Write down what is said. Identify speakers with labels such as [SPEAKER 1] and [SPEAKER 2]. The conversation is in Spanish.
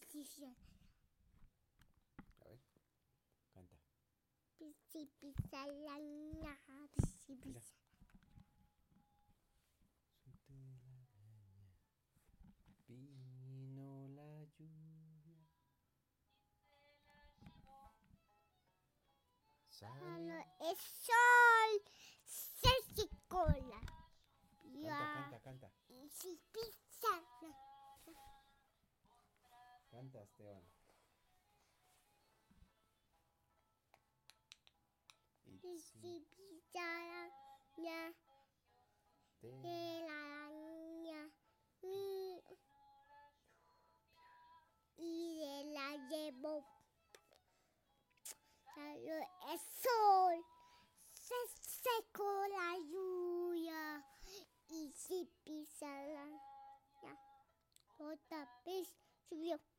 [SPEAKER 1] Pisición.
[SPEAKER 2] A ver. Canta.
[SPEAKER 1] Pisi, pisa, la, la, pisi,
[SPEAKER 2] Mira.
[SPEAKER 1] pisa.
[SPEAKER 2] Solté la araña, Vino la lluvia. Salió.
[SPEAKER 1] Cuando es sol, se cola.
[SPEAKER 2] Canta, canta,
[SPEAKER 1] Ya.
[SPEAKER 2] canta.
[SPEAKER 1] Y si pisa, la-
[SPEAKER 2] Canta, Esteban.
[SPEAKER 1] y
[SPEAKER 2] Itzi,
[SPEAKER 1] si pisa, la, la,
[SPEAKER 2] te-
[SPEAKER 1] de la araña. mi- Y de la llevo. Cuando es sol, se secó la lluvia. Y si pisa la, la, otra vez subió.